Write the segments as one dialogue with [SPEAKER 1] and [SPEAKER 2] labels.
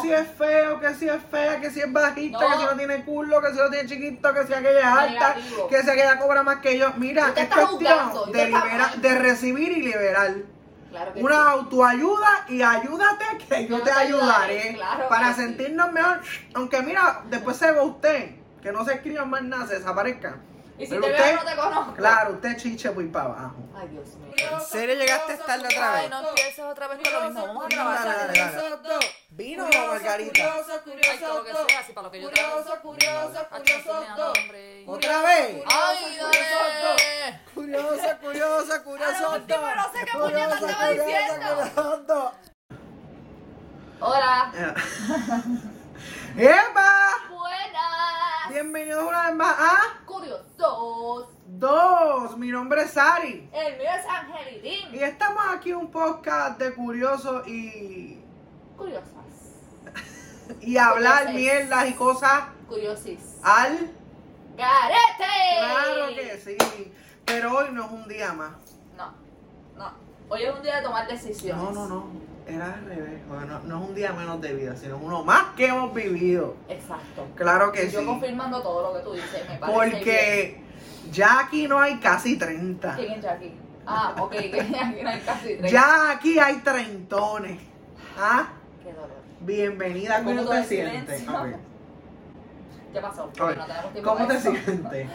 [SPEAKER 1] si es feo, que si es fea, que si es bajista,
[SPEAKER 2] No.
[SPEAKER 1] que si no tiene culo, que si no tiene chiquito, que si aquella es alta,
[SPEAKER 2] Negativo.
[SPEAKER 1] que si aquella cobra más que yo. Mira,
[SPEAKER 2] Usted
[SPEAKER 1] es
[SPEAKER 2] está
[SPEAKER 1] cuestión
[SPEAKER 2] juzgando,
[SPEAKER 1] de,
[SPEAKER 2] usted está
[SPEAKER 1] libera-
[SPEAKER 2] mal.
[SPEAKER 1] de recibir y liberar.
[SPEAKER 2] Claro que
[SPEAKER 1] Una
[SPEAKER 2] sí.
[SPEAKER 1] autoayuda y ayúdate que yo
[SPEAKER 2] Yo
[SPEAKER 1] te
[SPEAKER 2] te ayudaré,
[SPEAKER 1] ayudaré
[SPEAKER 2] claro
[SPEAKER 1] para
[SPEAKER 2] que sí.
[SPEAKER 1] sentirnos mejor. Aunque mira, después se va usted, que no se escriban más nada, se desaparezca.
[SPEAKER 2] Y si
[SPEAKER 1] Pero
[SPEAKER 2] te veo,
[SPEAKER 1] usted-
[SPEAKER 2] no te conozco.
[SPEAKER 1] Claro, usted chiche voy para abajo.
[SPEAKER 2] Ay, Dios mío.
[SPEAKER 3] ¿En
[SPEAKER 4] serio llegaste tarde otra vez?
[SPEAKER 3] Ay, no empieces otra vez con lo mismo. Vamos a
[SPEAKER 4] Dale,
[SPEAKER 3] trabajar.
[SPEAKER 4] dale, dale. Vino o margarita.
[SPEAKER 3] Curioso, curioso,
[SPEAKER 5] Ay, tengo que
[SPEAKER 3] todo.
[SPEAKER 5] ser así para lo que yo
[SPEAKER 3] Curioso,
[SPEAKER 5] trabajo.
[SPEAKER 3] curioso,
[SPEAKER 5] Ah,
[SPEAKER 3] curioso,
[SPEAKER 5] chismeando,
[SPEAKER 3] todo.
[SPEAKER 5] hombre.
[SPEAKER 4] Otra vez.
[SPEAKER 3] Ay, dale.
[SPEAKER 4] Curiosa, curiosa, curiosa.
[SPEAKER 3] Ah, no sé qué puñeta estaba diciendo.
[SPEAKER 4] diciendo.
[SPEAKER 2] Hola.
[SPEAKER 1] ¡Epa!
[SPEAKER 2] Buenas.
[SPEAKER 1] Bienvenidos una vez más a
[SPEAKER 2] Curiosos.
[SPEAKER 1] Dos. Mi nombre es Sari.
[SPEAKER 2] El mío es Angelidín.
[SPEAKER 1] Y estamos aquí en un podcast de curiosos y,
[SPEAKER 2] Curiosas.
[SPEAKER 1] y hablar
[SPEAKER 2] Curiosos.
[SPEAKER 1] mierdas y cosas
[SPEAKER 2] Curiosis.
[SPEAKER 1] al.
[SPEAKER 2] ¡Garete!
[SPEAKER 1] Claro que sí. Pero hoy no es un día más.
[SPEAKER 2] No, no. Hoy es un día de tomar decisiones.
[SPEAKER 1] No, no, no. Era al revés. Bueno, no es un día menos de vida, sino uno más que hemos vivido.
[SPEAKER 2] Exacto.
[SPEAKER 1] Claro que
[SPEAKER 2] Yo
[SPEAKER 1] sí.
[SPEAKER 2] confirmando todo lo que tú dices, me parece. bien.
[SPEAKER 1] Porque ya aquí no hay casi 30.
[SPEAKER 2] ¿Quién es Jackie? Ah, ok, que aquí no hay casi tres.
[SPEAKER 1] Ya aquí hay trentones. ¿Ah?
[SPEAKER 2] Qué dolor.
[SPEAKER 1] Bienvenida, ¿cómo
[SPEAKER 2] Minuto
[SPEAKER 1] te
[SPEAKER 2] de
[SPEAKER 1] sientes?
[SPEAKER 2] silencio.
[SPEAKER 1] A ver,
[SPEAKER 2] Ya pasó.
[SPEAKER 1] a ver,
[SPEAKER 2] no tenemos tiempo
[SPEAKER 1] ¿Cómo
[SPEAKER 2] para
[SPEAKER 1] te
[SPEAKER 2] eso.
[SPEAKER 1] sientes?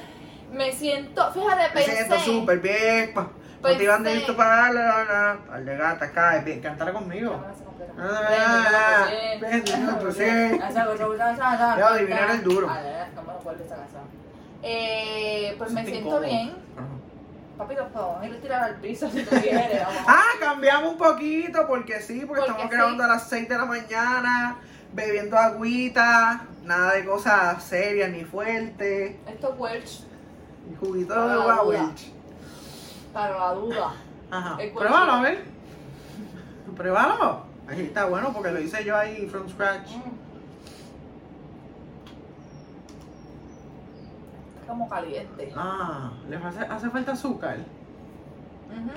[SPEAKER 2] Me siento, fíjate,
[SPEAKER 1] Me
[SPEAKER 2] pensé.
[SPEAKER 1] siento súper bien. pa- Motivando
[SPEAKER 2] Pensé.
[SPEAKER 1] esto para la la la. Par de gata acá. es bien, Cántala conmigo. Ah, ven, minuto, pues, sí. Ya, adivinar
[SPEAKER 2] adivinar
[SPEAKER 1] es duro.
[SPEAKER 2] Eh, pues me
[SPEAKER 1] Siento
[SPEAKER 2] siento
[SPEAKER 1] incómodo.
[SPEAKER 2] bien.
[SPEAKER 1] Ajá.
[SPEAKER 2] Papito, por favor, ir a tirar al piso si tú quieres. vamos.
[SPEAKER 1] Ah, cambiamos un poquito porque sí, porque,
[SPEAKER 2] Porque
[SPEAKER 1] estamos
[SPEAKER 2] sí.
[SPEAKER 1] grabando a las 6 de la mañana, bebiendo agüita, nada de cosas serias ni fuertes,
[SPEAKER 2] Esto es Welch
[SPEAKER 1] juguito
[SPEAKER 2] Para
[SPEAKER 1] de
[SPEAKER 2] la
[SPEAKER 1] uva
[SPEAKER 2] duda.
[SPEAKER 1] Welch.
[SPEAKER 2] para la duda.
[SPEAKER 1] Ajá.
[SPEAKER 2] El
[SPEAKER 1] Pruébalo, a
[SPEAKER 2] cuchillo.
[SPEAKER 1] ver. Pruébalo. Ahí está bueno porque lo hice yo ahí from scratch.
[SPEAKER 2] Mm. Como caliente.
[SPEAKER 1] Ah, le hace, hace falta azúcar.
[SPEAKER 2] Ujú.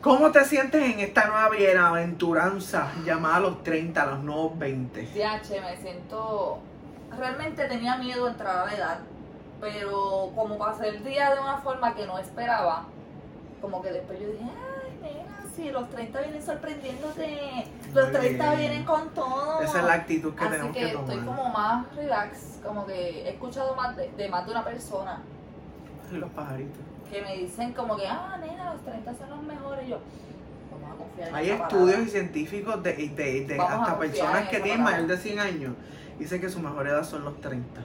[SPEAKER 1] ¿Cómo te sientes en esta nueva bienaventuranza llamada a los 30, a los nuevos 20?
[SPEAKER 2] DH, me siento. Realmente tenía miedo a entrar a la edad, pero como pasé el día de una forma que no esperaba, como que después yo dije, ay, nena, si los 30 vienen sorprendiéndote, los
[SPEAKER 1] Muy
[SPEAKER 2] 30
[SPEAKER 1] bien.
[SPEAKER 2] vienen con todo.
[SPEAKER 1] Esa es la actitud que
[SPEAKER 2] Así
[SPEAKER 1] tenemos
[SPEAKER 2] que,
[SPEAKER 1] que, tomar.
[SPEAKER 2] estoy como más relax, como que he escuchado más de, de más de una persona
[SPEAKER 1] Los pajaritos.
[SPEAKER 2] que me dicen como que, ah, nena, los 30 son los mejores. Y yo, vamos a confiar en
[SPEAKER 1] Hay
[SPEAKER 2] esa
[SPEAKER 1] estudios
[SPEAKER 2] palabra.
[SPEAKER 1] y científicos de, de- de
[SPEAKER 2] Vamos a
[SPEAKER 1] hasta
[SPEAKER 2] confiar
[SPEAKER 1] personas
[SPEAKER 2] en
[SPEAKER 1] que
[SPEAKER 2] esa
[SPEAKER 1] tienen
[SPEAKER 2] palabra.
[SPEAKER 1] mayor de 100 años. Dicen que su mejor edad son los 30.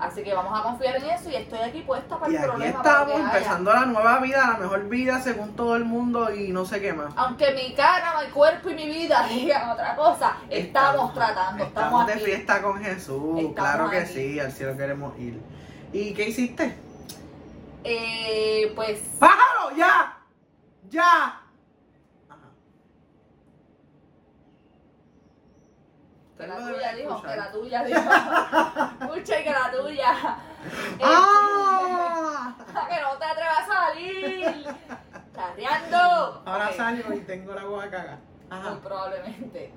[SPEAKER 2] Así que vamos a confiar en eso y estoy aquí puesta para
[SPEAKER 1] Y
[SPEAKER 2] el
[SPEAKER 1] aquí
[SPEAKER 2] problema.
[SPEAKER 1] estamos
[SPEAKER 2] para lo que haya.
[SPEAKER 1] empezando la nueva vida, la mejor vida según todo el mundo y no sé qué más.
[SPEAKER 2] Aunque mi cara, mi cuerpo y mi vida digan otra cosa, estamos, tratando,
[SPEAKER 1] Estamos
[SPEAKER 2] estamos,
[SPEAKER 1] de
[SPEAKER 2] aquí.
[SPEAKER 1] fiesta con Jesús,
[SPEAKER 2] Estamos
[SPEAKER 1] claro que
[SPEAKER 2] aquí.
[SPEAKER 1] sí, al cielo queremos ir. ¿Y qué hiciste?
[SPEAKER 2] Eh, pues
[SPEAKER 1] ¡Pájaro! ¡Ya! ¡Ya! Ajá.
[SPEAKER 2] que
[SPEAKER 1] Algo
[SPEAKER 2] la
[SPEAKER 1] debería
[SPEAKER 2] tuya dijo, que
[SPEAKER 1] escuchar.
[SPEAKER 2] la tuya dijo. Escucha y que la tuya. Eh, Este,
[SPEAKER 1] ¡Ah!
[SPEAKER 2] que no te atrevas a salir. Tarreando.
[SPEAKER 1] Ahora
[SPEAKER 2] Ok,
[SPEAKER 1] salgo y tengo la boca cagada. Ajá.
[SPEAKER 2] Muy probablemente.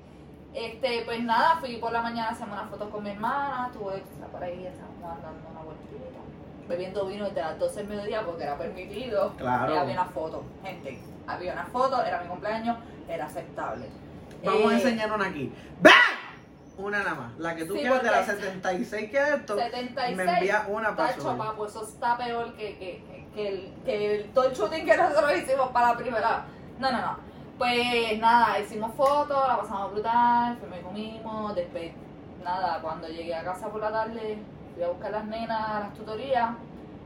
[SPEAKER 2] Este, pues nada, fui por la mañana a hacer unas fotos con mi hermana, estuve extra por ahí, estábamos dando una vueltita, bebiendo vino desde las 12 del mediodía porque era permitido.
[SPEAKER 1] Claro.
[SPEAKER 2] Y había una foto, gente. Había una foto, era mi cumpleaños, era aceptable.
[SPEAKER 1] Vamos a
[SPEAKER 2] Eh,
[SPEAKER 1] enseñar una aquí. ¡Ven! Una nada más. La que tú
[SPEAKER 2] Sí,
[SPEAKER 1] quieras de la
[SPEAKER 2] porque-
[SPEAKER 1] 76 que es esto.
[SPEAKER 2] 76.
[SPEAKER 1] Me envía una para
[SPEAKER 2] Tacho, papo, eso está peor que, que, que el, que el todo el shooting que nosotros hicimos para la primera. No, no, no. Pues nada, hicimos fotos, la pasamos brutal, fuimos y comimos. Después, nada, cuando llegué a casa por la tarde, fui a buscar las nenas a las tutorías.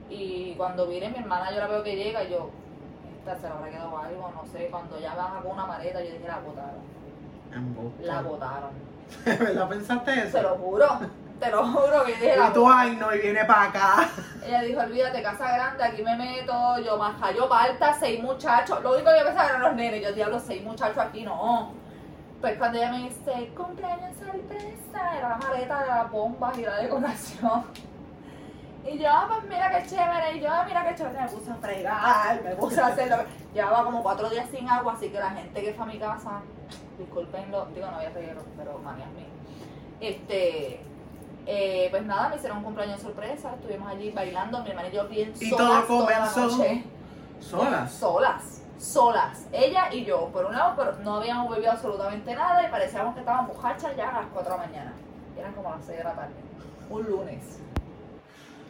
[SPEAKER 2] Y cuando vine, mi hermana, yo la veo que llega y yo, esta se le habrá quedado algo, no sé. Cuando ya baja con una maleta, yo dije, la botaron, la botaron.
[SPEAKER 1] ¿De verdad pensaste eso?
[SPEAKER 2] Se lo juro, te lo juro que dije, la
[SPEAKER 1] Y tú, ay, no, y viene para acá.
[SPEAKER 2] Ella dijo, olvídate, casa grande, aquí me meto, yo más yo falta, seis muchachos. Lo único que pensaba eran los nenes, yo diablo, seis muchachos aquí, no. Pues cuando ella me dice, cumpleaños sorpresa, era la maleta de las bombas y la decoración. Y yo, ah, pues mira qué chévere, y yo, ah, mira qué chévere, me puse a fregar, me puse a hacerlo. Llevaba como cuatro días sin agua, así que la gente que fue a mi casa, disculpenlo, digo, no había reguero, pero manías mías. Este, eh, pues nada, me hicieron un cumpleaños sorpresa, estuvimos allí bailando, mi hermana y yo bien
[SPEAKER 1] Y
[SPEAKER 2] solas
[SPEAKER 1] todo
[SPEAKER 2] toda la
[SPEAKER 1] comenzó
[SPEAKER 2] noche.
[SPEAKER 1] Solas.
[SPEAKER 2] Solas, solas, ella y yo, por un lado, pero no habíamos bebido absolutamente nada y parecíamos que estábamos borrachas ya a las 4 de la mañana. Y eran como las 6 de la tarde, un lunes.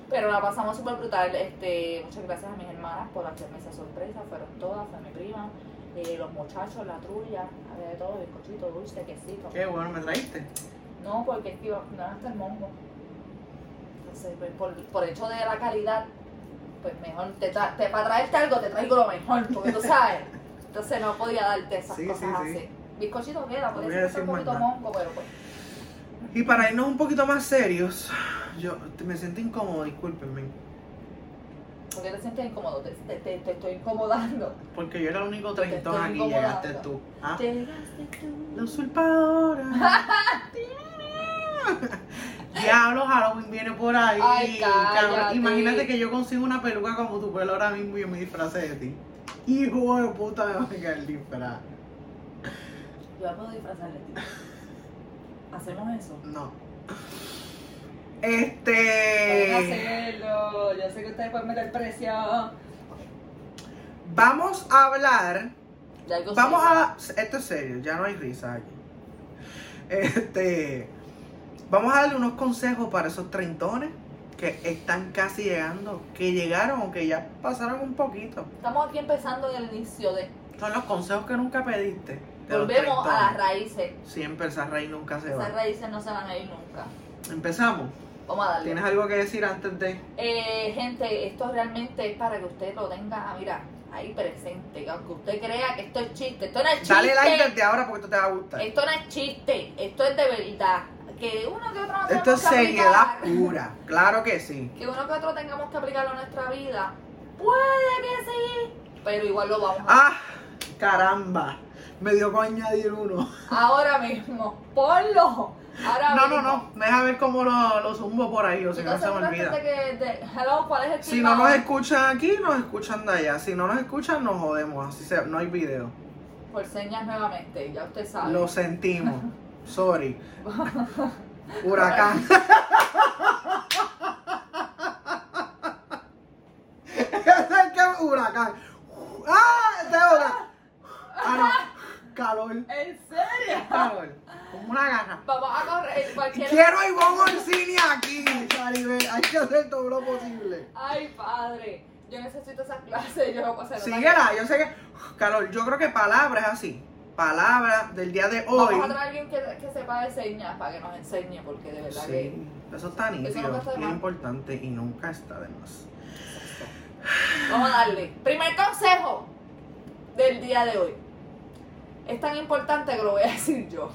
[SPEAKER 2] Pero la pasamos súper brutal. Este, muchas gracias a mis hermanas por hacerme esa sorpresa, fueron todas, fue mi prima, eh, los muchachos, la trulla, había de todo, bizcochito, dulce, quesito.
[SPEAKER 1] Qué bueno me traíste.
[SPEAKER 2] No, porque es que iba no, hasta el mongo. Entonces, pues, por, por hecho de la calidad, pues mejor, te tra- te- para traerte algo te traigo lo mejor, porque tú sabes. Entonces no podía darte esas
[SPEAKER 1] Sí,
[SPEAKER 2] cosas
[SPEAKER 1] sí, sí.
[SPEAKER 2] así. Bizcochito queda, por
[SPEAKER 1] Hubiera
[SPEAKER 2] eso es un
[SPEAKER 1] sido
[SPEAKER 2] poquito
[SPEAKER 1] maldad.
[SPEAKER 2] mongo, pero pues.
[SPEAKER 1] Y para irnos un poquito más serios, yo me siento incómodo, discúlpenme.
[SPEAKER 2] Porque te sientes incómodo, te, te, te- te estoy incomodando.
[SPEAKER 1] Porque yo era el único
[SPEAKER 2] Te
[SPEAKER 1] treintón
[SPEAKER 2] estoy
[SPEAKER 1] aquí,
[SPEAKER 2] incomodando.
[SPEAKER 1] llegaste tú. ¿ah?
[SPEAKER 2] Llegaste tú.
[SPEAKER 1] La usurpadora. Diablo, Halloween viene por ahí.
[SPEAKER 2] Ay, cállate.
[SPEAKER 1] cabrón. Imagínate que yo consigo una peluca como tu pelo ahora mismo y yo me disfrace de ti. Hijo de puta, me va a quedar el disfraz.
[SPEAKER 2] Yo puedo disfrazarle. Hacemos eso.
[SPEAKER 1] No.
[SPEAKER 2] Pueden
[SPEAKER 1] Este.
[SPEAKER 2] hacerlo. Yo sé que ustedes pueden meter presión.
[SPEAKER 1] Vamos a hablar.
[SPEAKER 2] De algo
[SPEAKER 1] Vamos
[SPEAKER 2] serio.
[SPEAKER 1] a. Esto es serio, ya no hay risa aquí. Este. Vamos a darle unos consejos para esos treintones que están casi llegando, que llegaron o que ya pasaron un poquito.
[SPEAKER 2] Estamos aquí empezando en el inicio de
[SPEAKER 1] Son los consejos que nunca pediste. de los
[SPEAKER 2] Volvemos a las
[SPEAKER 1] treintones.
[SPEAKER 2] raíces.
[SPEAKER 1] Siempre esa raíz nunca se
[SPEAKER 2] Esas
[SPEAKER 1] va.
[SPEAKER 2] raíces no se van a ir nunca.
[SPEAKER 1] Empezamos.
[SPEAKER 2] Vamos a darle.
[SPEAKER 1] ¿Tienes algo que decir antes de.?
[SPEAKER 2] Eh, gente, esto realmente es para que usted lo tenga, ah, mira, ahí presente. que Aunque usted crea que esto es chiste. Esto no es chiste.
[SPEAKER 1] Dale like desde ahora porque esto te va a gustar.
[SPEAKER 2] Esto no es chiste. Esto es de verdad. Que uno que otro no
[SPEAKER 1] Esto es
[SPEAKER 2] tenemos que
[SPEAKER 1] seriedad
[SPEAKER 2] aplicar.
[SPEAKER 1] pura. Claro que sí.
[SPEAKER 2] Que uno que otro tengamos que aplicarlo a nuestra vida. Puede que sí. Pero igual lo vamos a
[SPEAKER 1] ¡Ah! Caramba. Me dio con añadir uno.
[SPEAKER 2] Ahora mismo. Ponlo. Ahora
[SPEAKER 1] No, no,
[SPEAKER 2] mismo.
[SPEAKER 1] no. Deja ver cómo lo, lo zumbo por ahí, o si no se me
[SPEAKER 2] Entonces,
[SPEAKER 1] olvida.
[SPEAKER 2] que de- hello, ¿cuál es el
[SPEAKER 1] Si
[SPEAKER 2] tema?
[SPEAKER 1] no nos escuchan aquí, nos escuchan de allá. Si no nos escuchan, nos jodemos. Así se, no hay video.
[SPEAKER 2] Por señas nuevamente, ya usted sabe.
[SPEAKER 1] Lo sentimos. Sorry. Huracán. Ese es que huracán. ¡Ah! Este es huracán. Ah, no. Calor.
[SPEAKER 2] ¿En serio?
[SPEAKER 1] Calor. Como una garra.
[SPEAKER 2] Vamos a correr cualquier...
[SPEAKER 1] Quiero a Ivonne Orsini aquí, Charibel. Hay que hacer todo lo posible.
[SPEAKER 2] Ay, padre, yo necesito esas clases, yo no puedo hacer
[SPEAKER 1] Síguela, yo sé que. Calor, yo creo que palabras así. Palabras del día de
[SPEAKER 2] Vamos
[SPEAKER 1] hoy.
[SPEAKER 2] a traer a alguien que, que sepa de señas para que nos enseñe, porque de verdad que...
[SPEAKER 1] Sí, eso está
[SPEAKER 2] Eso no
[SPEAKER 1] nítido,
[SPEAKER 2] está de
[SPEAKER 1] bien
[SPEAKER 2] más.
[SPEAKER 1] importante y nunca está de más.
[SPEAKER 2] Vamos a darle. Primer consejo del día de hoy. Es tan importante que lo voy a decir yo.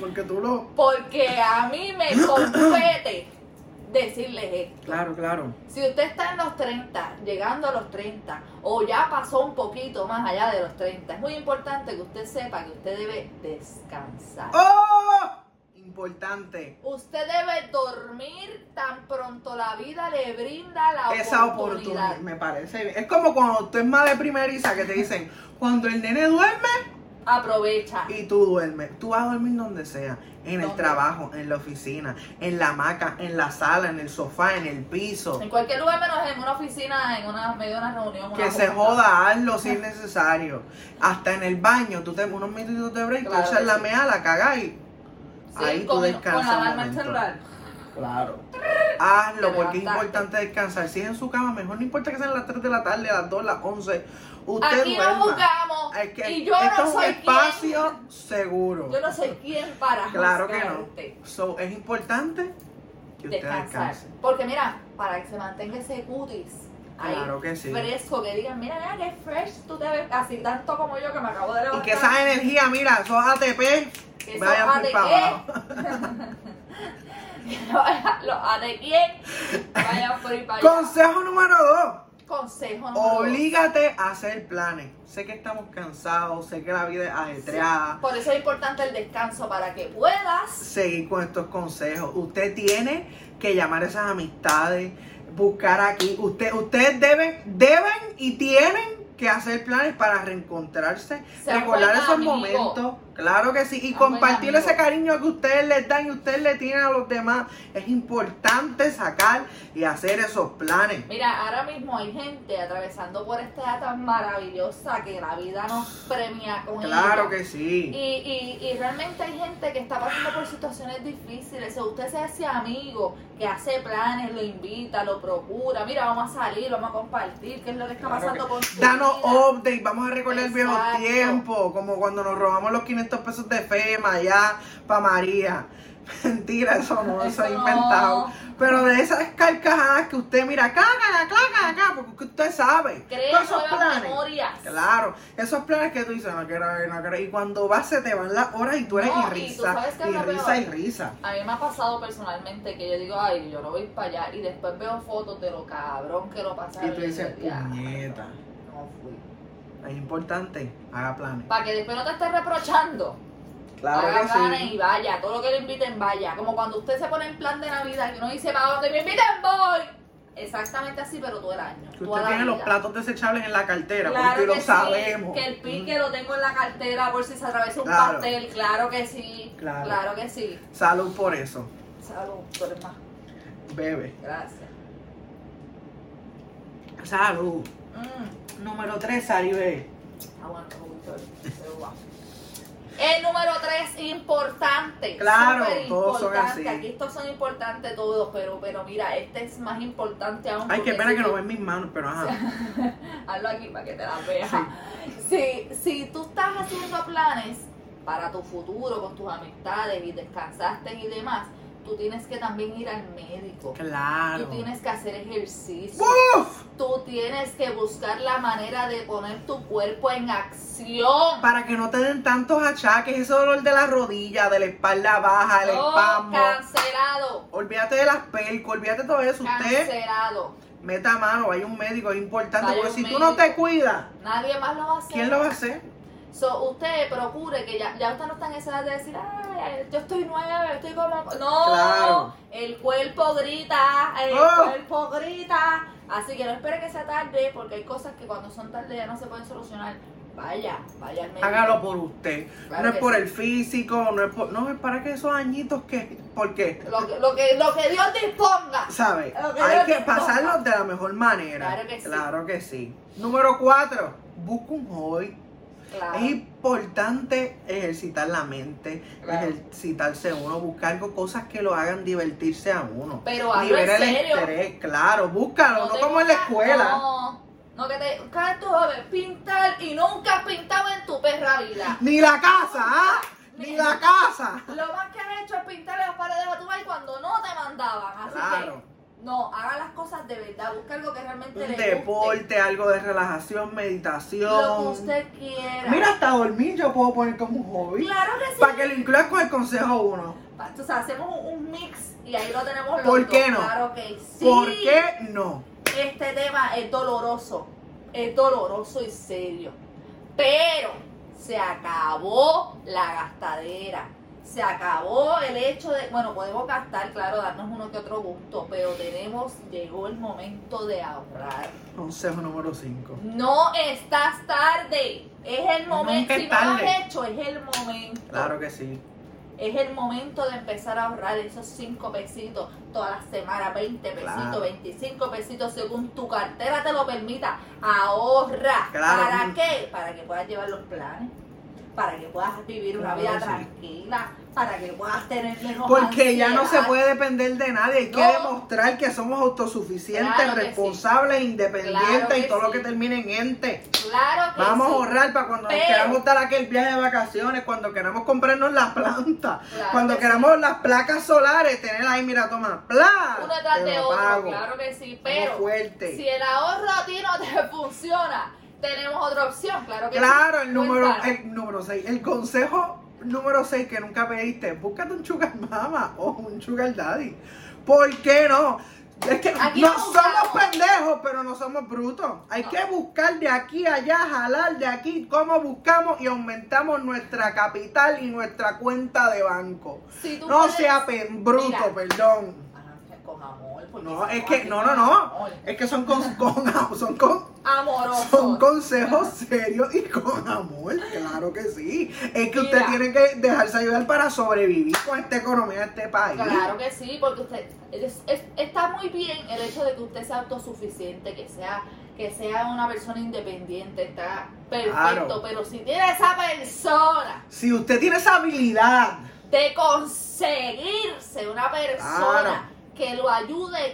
[SPEAKER 1] Porque tú lo.
[SPEAKER 2] Porque a mí me compete decirles esto.
[SPEAKER 1] Claro, claro.
[SPEAKER 2] Si usted está en los 30, llegando a los 30, o ya pasó un poquito más allá de los 30, es muy importante que usted sepa que usted debe descansar.
[SPEAKER 1] ¡Oh! Importante.
[SPEAKER 2] Usted debe dormir tan pronto la vida le brinda la
[SPEAKER 1] Esa
[SPEAKER 2] oportunidad.
[SPEAKER 1] oportunidad, me parece. bien. Es como cuando tú es madre primeriza que te dicen, cuando el nene duerme
[SPEAKER 2] Aprovecha.
[SPEAKER 1] y tú duermes. Tú vas a dormir donde sea. En el
[SPEAKER 2] ¿Dónde?
[SPEAKER 1] trabajo, en la oficina, en la hamaca, en la sala, en el sofá, en el piso.
[SPEAKER 2] En cualquier lugar menos en una oficina, en una medio de una reunión. una
[SPEAKER 1] Que se
[SPEAKER 2] junta.
[SPEAKER 1] joda, hazlo si es necesario. Hasta en el baño, tú te unos minutitos de break,
[SPEAKER 2] Claro
[SPEAKER 1] tú echas
[SPEAKER 2] que
[SPEAKER 1] la
[SPEAKER 2] sí.
[SPEAKER 1] mea, la cagás y
[SPEAKER 2] Sí,
[SPEAKER 1] ahí tú
[SPEAKER 2] con,
[SPEAKER 1] descansas.
[SPEAKER 2] Con
[SPEAKER 1] un
[SPEAKER 2] la alarma del
[SPEAKER 1] momento.
[SPEAKER 2] celular.
[SPEAKER 1] Claro. Hazlo
[SPEAKER 2] Te
[SPEAKER 1] porque es
[SPEAKER 2] levantaste.
[SPEAKER 1] importante descansar. Si es en su cama, mejor no importa que sean las 3 de la tarde, las 2, las 11. Usted
[SPEAKER 2] Aquí
[SPEAKER 1] duerma.
[SPEAKER 2] nos buscamos.
[SPEAKER 1] Es que
[SPEAKER 2] y yo
[SPEAKER 1] esto
[SPEAKER 2] no
[SPEAKER 1] es
[SPEAKER 2] soy
[SPEAKER 1] un espacio seguro.
[SPEAKER 2] quien. Yo no soy quien para
[SPEAKER 1] Claro que
[SPEAKER 2] juzgarte.
[SPEAKER 1] no. So, es importante que usted
[SPEAKER 2] descansar.
[SPEAKER 1] descanse.
[SPEAKER 2] Porque mira, para que se mantenga ese cutis ahí
[SPEAKER 1] Claro que sí.
[SPEAKER 2] fresco, que digan, mira, mira que fresh tú te ves así tanto como yo que me acabo de levantar.
[SPEAKER 1] Y que esas energías, mira, esos ATP
[SPEAKER 2] Que esos
[SPEAKER 1] vayan por
[SPEAKER 2] ATP.
[SPEAKER 1] para abajo.
[SPEAKER 2] Los adequié vayan por ahí para allá.
[SPEAKER 1] Consejo número 2.
[SPEAKER 2] Consejo número
[SPEAKER 1] Oblígate a hacer planes. Sé que estamos cansados, sé que la vida es ajetreada.
[SPEAKER 2] dos. Por eso es importante el descanso, para que puedas.
[SPEAKER 1] Seguir con estos consejos. Usted tiene que llamar a esas amistades, buscar aquí. Usted, ustedes deben, deben y tienen que hacer planes para reencontrarse,
[SPEAKER 2] Sean
[SPEAKER 1] recordar
[SPEAKER 2] buenos
[SPEAKER 1] esos
[SPEAKER 2] amigos.
[SPEAKER 1] momentos. Claro que sí, y
[SPEAKER 2] Ah,
[SPEAKER 1] compartir
[SPEAKER 2] buen amigo.
[SPEAKER 1] ese cariño que ustedes les dan y ustedes le tienen a los demás. Es importante sacar y hacer esos planes.
[SPEAKER 2] Mira, ahora mismo hay gente atravesando por esta edad tan maravillosa que la vida nos premia con
[SPEAKER 1] Claro
[SPEAKER 2] ella.
[SPEAKER 1] que sí.
[SPEAKER 2] Y, y, y realmente hay gente que está pasando por situaciones difíciles. O usted se hace amigo, que hace planes, lo invita, lo procura. Mira, vamos a salir, vamos a compartir, qué es lo que está
[SPEAKER 1] Claro
[SPEAKER 2] pasando con su
[SPEAKER 1] Danos
[SPEAKER 2] vida.
[SPEAKER 1] update, vamos a recordar viejos
[SPEAKER 2] Exacto.
[SPEAKER 1] tiempos, como cuando nos robamos los 500 pesos de FEMA allá para María. Mentira, eso no, eso, es
[SPEAKER 2] Eso no.
[SPEAKER 1] inventado. Pero de esas carcajadas que usted mira, acá, acá, acá, acá, acá, porque usted sabe.
[SPEAKER 2] Crea
[SPEAKER 1] todos esos
[SPEAKER 2] nuevas
[SPEAKER 1] planes.
[SPEAKER 2] memorias.
[SPEAKER 1] Claro, esos planes que tú dices, no quiero, no quiero. Y cuando vas, se te van las horas y tú eres
[SPEAKER 2] No, y tú
[SPEAKER 1] irrisa,
[SPEAKER 2] sabes
[SPEAKER 1] y
[SPEAKER 2] que es
[SPEAKER 1] risa,
[SPEAKER 2] lo
[SPEAKER 1] y risa, y
[SPEAKER 2] peor.
[SPEAKER 1] risa.
[SPEAKER 2] A mí me ha pasado personalmente que yo digo, ay, yo no voy para allá. Y después veo fotos de lo cabrón que lo pasaron.
[SPEAKER 1] Y tú dices,
[SPEAKER 2] yo, "Ya,
[SPEAKER 1] puñeta.
[SPEAKER 2] No fui.
[SPEAKER 1] Es importante, haga planes.
[SPEAKER 2] Para que después no te estés reprochando.
[SPEAKER 1] Claro
[SPEAKER 2] Haga
[SPEAKER 1] que
[SPEAKER 2] planes
[SPEAKER 1] sí.
[SPEAKER 2] y vaya, todo lo que le inviten vaya. Como cuando usted se pone en plan de Navidad y uno dice, ¿para dónde me inviten voy? Exactamente así, pero todo el año.
[SPEAKER 1] Que
[SPEAKER 2] toda
[SPEAKER 1] usted
[SPEAKER 2] la
[SPEAKER 1] tiene los
[SPEAKER 2] vida.
[SPEAKER 1] platos desechables en la cartera,
[SPEAKER 2] Claro
[SPEAKER 1] porque
[SPEAKER 2] que
[SPEAKER 1] lo
[SPEAKER 2] sí,
[SPEAKER 1] sabemos. Mm.
[SPEAKER 2] que el pique lo tengo en la cartera por si se atraviesa un
[SPEAKER 1] Claro.
[SPEAKER 2] pastel. Claro que sí.
[SPEAKER 1] Claro.
[SPEAKER 2] Claro, que sí.
[SPEAKER 1] Mm. Salud por eso.
[SPEAKER 2] Salud, tú eres más.
[SPEAKER 1] Bebe.
[SPEAKER 2] Gracias.
[SPEAKER 1] Salud.
[SPEAKER 2] Mm.
[SPEAKER 1] Número 3, Saribé.
[SPEAKER 2] Aguanta, Víctor, pero guau. El número tres, importante.
[SPEAKER 1] Claro,
[SPEAKER 2] superimportante.
[SPEAKER 1] todos son así.
[SPEAKER 2] Aquí estos son importantes todos, pero, pero mira, este es más importante aún.
[SPEAKER 1] Ay, qué
[SPEAKER 2] porque
[SPEAKER 1] pena
[SPEAKER 2] si
[SPEAKER 1] que
[SPEAKER 2] tú-
[SPEAKER 1] no ven mis manos, pero ajá.
[SPEAKER 2] Hazlo aquí para que te la veas. Si, si tú estás haciendo planes para tu futuro, con tus amistades y descansaste y demás, tú tienes que también ir al médico.
[SPEAKER 1] Claro.
[SPEAKER 2] Tú tienes que hacer ejercicio.
[SPEAKER 1] ¡Uf!
[SPEAKER 2] Tú tienes que buscar la manera de poner tu cuerpo en acción.
[SPEAKER 1] Para que no te den tantos achaques, ese dolor de la rodilla, de la espalda baja, el
[SPEAKER 2] No,
[SPEAKER 1] espasmo.
[SPEAKER 2] Oh, Cancelado.
[SPEAKER 1] Olvídate de las pelcos, olvídate de todo eso. Usted
[SPEAKER 2] Cancelado.
[SPEAKER 1] meta mano, vaya un médico, es importante.
[SPEAKER 2] Vaya
[SPEAKER 1] Porque
[SPEAKER 2] un
[SPEAKER 1] si tú no te
[SPEAKER 2] médico.
[SPEAKER 1] cuidas,
[SPEAKER 2] Nadie más lo va a hacer.
[SPEAKER 1] ¿quién lo va a hacer?
[SPEAKER 2] So, usted procure que ya, ya usted no está en esa edad de decir, ay, yo estoy nueva, yo estoy como. No,
[SPEAKER 1] Claro.
[SPEAKER 2] el cuerpo grita, el
[SPEAKER 1] Oh.
[SPEAKER 2] cuerpo grita. Así que no espere que sea tarde, porque hay cosas que cuando son tarde ya no se pueden solucionar. Vaya, vaya al médico.
[SPEAKER 1] Hágalo por usted.
[SPEAKER 2] Claro
[SPEAKER 1] no es
[SPEAKER 2] que
[SPEAKER 1] por
[SPEAKER 2] sí.
[SPEAKER 1] el físico, no es por. No, es para que esos añitos que. ¿Por qué?
[SPEAKER 2] Lo que, lo que, lo que Dios disponga.
[SPEAKER 1] ¿Sabes?
[SPEAKER 2] Lo que
[SPEAKER 1] Hay
[SPEAKER 2] no
[SPEAKER 1] que
[SPEAKER 2] te
[SPEAKER 1] pasarlos de la mejor manera.
[SPEAKER 2] Claro
[SPEAKER 1] que
[SPEAKER 2] que sí.
[SPEAKER 1] sí. Número cuatro, busca un hobby.
[SPEAKER 2] Claro.
[SPEAKER 1] Es importante ejercitar la mente,
[SPEAKER 2] Claro.
[SPEAKER 1] ejercitarse uno, buscar co- cosas que lo hagan divertirse a uno.
[SPEAKER 2] Pero hazlo
[SPEAKER 1] Libera
[SPEAKER 2] en
[SPEAKER 1] el
[SPEAKER 2] serio.
[SPEAKER 1] estrés, claro, búscalo, no,
[SPEAKER 2] te
[SPEAKER 1] como en la
[SPEAKER 2] pongas-
[SPEAKER 1] escuela.
[SPEAKER 2] No, no que te cada tú joven pintar y nunca has pintado en tu perra vida.
[SPEAKER 1] Ni la casa, ¿ah? Ni la casa.
[SPEAKER 2] Lo más que has hecho es pintar las paredes a tu bar cuando no te mandaban. Así
[SPEAKER 1] Claro.
[SPEAKER 2] que no, haga las cosas de verdad, busca algo que realmente le
[SPEAKER 1] Un
[SPEAKER 2] guste.
[SPEAKER 1] deporte, algo de relajación, meditación.
[SPEAKER 2] Lo que usted quiera.
[SPEAKER 1] Mira, hasta dormir yo puedo poner como un hobby.
[SPEAKER 2] claro que sí.
[SPEAKER 1] Para que lo incluyas con el consejo uno.
[SPEAKER 2] Pa- O sea, hacemos un, un mix y ahí lo tenemos los
[SPEAKER 1] ¿Por
[SPEAKER 2] dos.
[SPEAKER 1] qué no?
[SPEAKER 2] Claro que sí.
[SPEAKER 1] ¿Por qué no?
[SPEAKER 2] Este tema es doloroso, es doloroso y serio. Pero se acabó la gastadera. Se acabó el hecho de, bueno, podemos gastar, claro, darnos uno que otro gusto, pero tenemos, llegó el momento de ahorrar.
[SPEAKER 1] Consejo número 5.
[SPEAKER 2] No estás tarde, es el momento,
[SPEAKER 1] Nunca
[SPEAKER 2] si
[SPEAKER 1] es
[SPEAKER 2] no lo has
[SPEAKER 1] tarde.
[SPEAKER 2] hecho, es el momento.
[SPEAKER 1] Claro que sí.
[SPEAKER 2] Es el momento de empezar a ahorrar esos 5 pesitos todas las semanas, 20 pesitos,
[SPEAKER 1] Claro.
[SPEAKER 2] 25 pesitos, según tu cartera te lo permita. Ahorra.
[SPEAKER 1] Claro.
[SPEAKER 2] ¿Para qué? Para que puedas llevar los planes, para que puedas vivir una
[SPEAKER 1] Claro
[SPEAKER 2] vida
[SPEAKER 1] que sí.
[SPEAKER 2] tranquila, para que puedas tener menos
[SPEAKER 1] Porque ya no se
[SPEAKER 2] ansiedad.
[SPEAKER 1] puede depender de nadie. Hay que
[SPEAKER 2] No.
[SPEAKER 1] demostrar que somos autosuficientes,
[SPEAKER 2] Claro que sí.
[SPEAKER 1] responsables, independientes
[SPEAKER 2] Claro
[SPEAKER 1] y
[SPEAKER 2] que
[SPEAKER 1] todo lo que
[SPEAKER 2] sí.
[SPEAKER 1] termine en ente.
[SPEAKER 2] Claro que
[SPEAKER 1] Vamos
[SPEAKER 2] sí.
[SPEAKER 1] a ahorrar para cuando nos
[SPEAKER 2] Pero-
[SPEAKER 1] queramos dar aquel viaje de vacaciones, cuando queramos comprarnos la planta,
[SPEAKER 2] Claro
[SPEAKER 1] cuando
[SPEAKER 2] que
[SPEAKER 1] queramos las placas solares, tener ahí, mira, toma, ¡plá!
[SPEAKER 2] Uno detrás
[SPEAKER 1] Te
[SPEAKER 2] de
[SPEAKER 1] lo
[SPEAKER 2] otro,
[SPEAKER 1] pago.
[SPEAKER 2] claro que sí,
[SPEAKER 1] Somos
[SPEAKER 2] pero
[SPEAKER 1] fuertes.
[SPEAKER 2] si el ahorro a ti no te funciona, tenemos otra opción, claro que
[SPEAKER 1] Claro,
[SPEAKER 2] sí.
[SPEAKER 1] el
[SPEAKER 2] Muy
[SPEAKER 1] número,
[SPEAKER 2] fácil.
[SPEAKER 1] el número 6. El consejo número 6 que nunca pediste, búscate un sugar mama o un sugar daddy. ¿Por qué no? Es que
[SPEAKER 2] Aquí
[SPEAKER 1] no
[SPEAKER 2] no
[SPEAKER 1] somos
[SPEAKER 2] juzgamos.
[SPEAKER 1] pendejos, pero no somos brutos. Hay
[SPEAKER 2] No.
[SPEAKER 1] que buscar de aquí a allá, jalar de aquí, cómo buscamos y aumentamos nuestra capital y nuestra cuenta de banco.
[SPEAKER 2] Si tú
[SPEAKER 1] No
[SPEAKER 2] puedes-
[SPEAKER 1] sea pen bruto,
[SPEAKER 2] Mira.
[SPEAKER 1] perdón.
[SPEAKER 2] Ajá, con amor. porque
[SPEAKER 1] No,
[SPEAKER 2] si
[SPEAKER 1] es que,
[SPEAKER 2] aquí
[SPEAKER 1] no, no, no.
[SPEAKER 2] amor.
[SPEAKER 1] Es que son con, con, son con
[SPEAKER 2] Amoroso.
[SPEAKER 1] Son consejos serios y con amor, claro que sí. Es que usted
[SPEAKER 2] Mira.
[SPEAKER 1] tiene que dejarse ayudar para sobrevivir con esta economía de este país.
[SPEAKER 2] Claro que sí, porque usted es- es- está muy bien el hecho de que usted sea autosuficiente, que sea que sea una persona independiente, está perfecto,
[SPEAKER 1] Claro.
[SPEAKER 2] pero si tiene esa persona
[SPEAKER 1] Si usted tiene esa habilidad,
[SPEAKER 2] de conseguirse una persona que lo ayude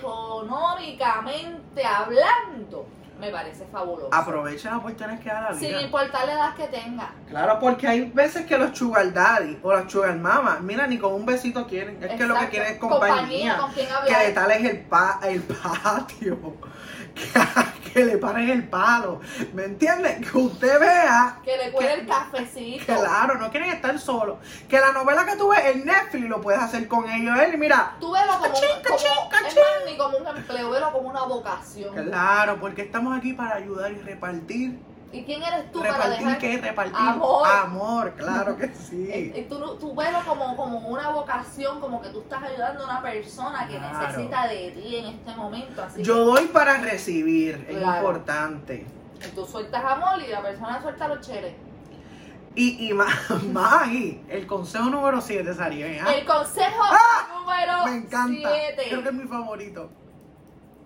[SPEAKER 2] económicamente hablando, me parece fabuloso.
[SPEAKER 1] aproveche las oportunidades que da la
[SPEAKER 2] Sin
[SPEAKER 1] vida.
[SPEAKER 2] importar la edad que tenga.
[SPEAKER 1] Claro, porque hay veces que los sugar daddy o las sugar mama, mira, ni con un besito quieren. Es que lo que
[SPEAKER 2] Exacto.
[SPEAKER 1] quieren es
[SPEAKER 2] Compañía,
[SPEAKER 1] compañía.
[SPEAKER 2] con quien
[SPEAKER 1] que
[SPEAKER 2] hablar.
[SPEAKER 1] le tales el, pa el patio. Que, que le pares el palo. ¿Me entiende? Que usted vea
[SPEAKER 2] Que le cuele el cafecito.
[SPEAKER 1] Claro, no quieren estar solos. Que la novela que tú ves en Netflix lo puedes hacer con ellos. Él, mira.
[SPEAKER 2] Tú velo como, un-
[SPEAKER 1] Cachín, cachín,
[SPEAKER 2] como- es
[SPEAKER 1] cachín.
[SPEAKER 2] más, ni como un empleo, velo como una vocación.
[SPEAKER 1] Claro, porque estamos aquí para ayudar y repartir.
[SPEAKER 2] ¿Y quién eres tú para
[SPEAKER 1] ¿Repartir
[SPEAKER 2] dejar?
[SPEAKER 1] qué? Repartir
[SPEAKER 2] Amor.
[SPEAKER 1] Amor, claro que
[SPEAKER 2] Eh,
[SPEAKER 1] sí.
[SPEAKER 2] eh, Tú, no- tú velo como, como una vocación, como que tú estás ayudando a una persona que
[SPEAKER 1] Claro.
[SPEAKER 2] necesita de ti en este momento. Así
[SPEAKER 1] Yo doy para recibir, es
[SPEAKER 2] Claro.
[SPEAKER 1] importante.
[SPEAKER 2] que tú sueltas amor y la persona suelta los cheles.
[SPEAKER 1] Y, y más, más ahí, el consejo número 7, Sarien. ¿ah?
[SPEAKER 2] El consejo número
[SPEAKER 1] Me encanta. Creo que es
[SPEAKER 2] 7.
[SPEAKER 1] mi favorito.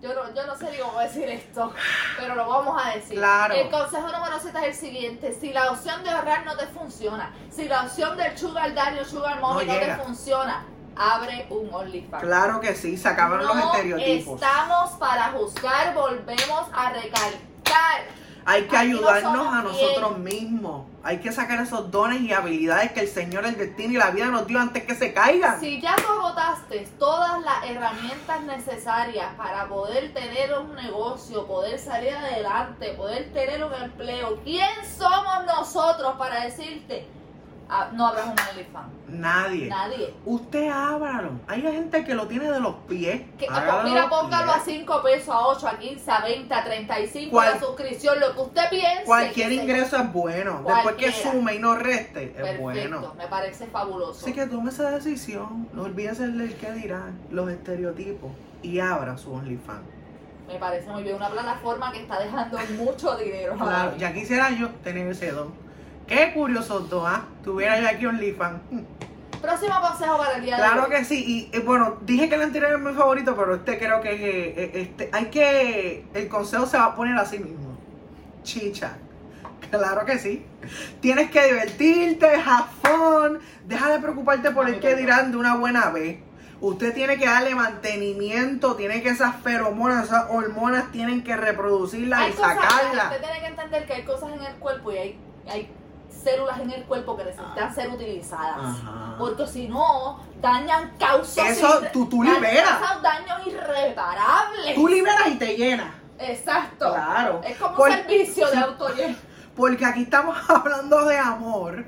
[SPEAKER 2] Yo no, yo no sé ni cómo decir esto, pero lo vamos a decir.
[SPEAKER 1] Claro.
[SPEAKER 2] El consejo número 7 es el siguiente. Si la opción de ahorrar no te funciona, si la opción del sugar daddy o sugar mommy
[SPEAKER 1] No
[SPEAKER 2] no, te
[SPEAKER 1] llega.
[SPEAKER 2] funciona, abre un OnlyFans.
[SPEAKER 1] Claro que sí, se acaban
[SPEAKER 2] no
[SPEAKER 1] los estereotipos.
[SPEAKER 2] Estamos para juzgar, volvemos a recalcar.
[SPEAKER 1] Hay que
[SPEAKER 2] Aquí
[SPEAKER 1] ayudarnos
[SPEAKER 2] nosotros
[SPEAKER 1] a nosotros
[SPEAKER 2] bien.
[SPEAKER 1] mismos. Hay que sacar esos dones y habilidades que el Señor, el destino y la vida nos dio antes que se caigan.
[SPEAKER 2] Si ya tú agotaste todas las herramientas necesarias para poder tener un negocio, poder salir adelante, poder tener un empleo, ¿quién somos nosotros para decirte? ah, no abras un OnlyFans.
[SPEAKER 1] Nadie.
[SPEAKER 2] Nadie.
[SPEAKER 1] Usted ábralo. Hay gente que lo tiene de los pies.
[SPEAKER 2] Que- pues,
[SPEAKER 1] Hágalo de
[SPEAKER 2] mira,
[SPEAKER 1] los
[SPEAKER 2] póngalo a
[SPEAKER 1] pies.
[SPEAKER 2] 5 pesos, a 8, a 15, a 20, a 35,
[SPEAKER 1] Cual-
[SPEAKER 2] la suscripción, lo que usted piense.
[SPEAKER 1] Cualquier
[SPEAKER 2] que se-
[SPEAKER 1] ingreso es bueno. Después que
[SPEAKER 2] Cualquiera.
[SPEAKER 1] sume y no reste, es
[SPEAKER 2] Perfecto,
[SPEAKER 1] bueno.
[SPEAKER 2] me parece fabuloso.
[SPEAKER 1] Así que tome esa decisión. No olvides el que dirán, los estereotipos. Y abra su OnlyFans.
[SPEAKER 2] Me parece muy bien, una plataforma que está dejando mucho dinero. ahora
[SPEAKER 1] Claro,
[SPEAKER 2] mismo.
[SPEAKER 1] ya quisiera yo tener ese don. Qué curioso don, ¿ah? Tuviera yo aquí OnlyFans.
[SPEAKER 2] Próximo consejo para el día
[SPEAKER 1] Claro
[SPEAKER 2] de hoy.
[SPEAKER 1] que sí, y, y, bueno, dije que el anterior es mi favorito, pero este creo que eh, eh, este, hay que, el consejo se va a poner así mismo, chicha, claro que sí, tienes que divertirte, have fun, deja de preocuparte por el que dirán de una buena vez, usted tiene que darle mantenimiento, tiene que esas feromonas, esas hormonas tienen que reproducirlas
[SPEAKER 2] hay
[SPEAKER 1] y
[SPEAKER 2] cosas,
[SPEAKER 1] sacarlas,
[SPEAKER 2] Usted tiene que entender que hay cosas en el cuerpo y hay, hay células en el cuerpo que necesitan ser utilizadas.
[SPEAKER 1] Ah. Ajá.
[SPEAKER 2] Porque si no, dañan causas.
[SPEAKER 1] Eso tú- tú liberas.
[SPEAKER 2] daños irreparables.
[SPEAKER 1] tú liberas y te llenas,
[SPEAKER 2] Exacto.
[SPEAKER 1] claro.
[SPEAKER 2] Es como
[SPEAKER 1] Por-
[SPEAKER 2] un servicio de autoayuda.
[SPEAKER 1] Porque aquí estamos hablando de amor,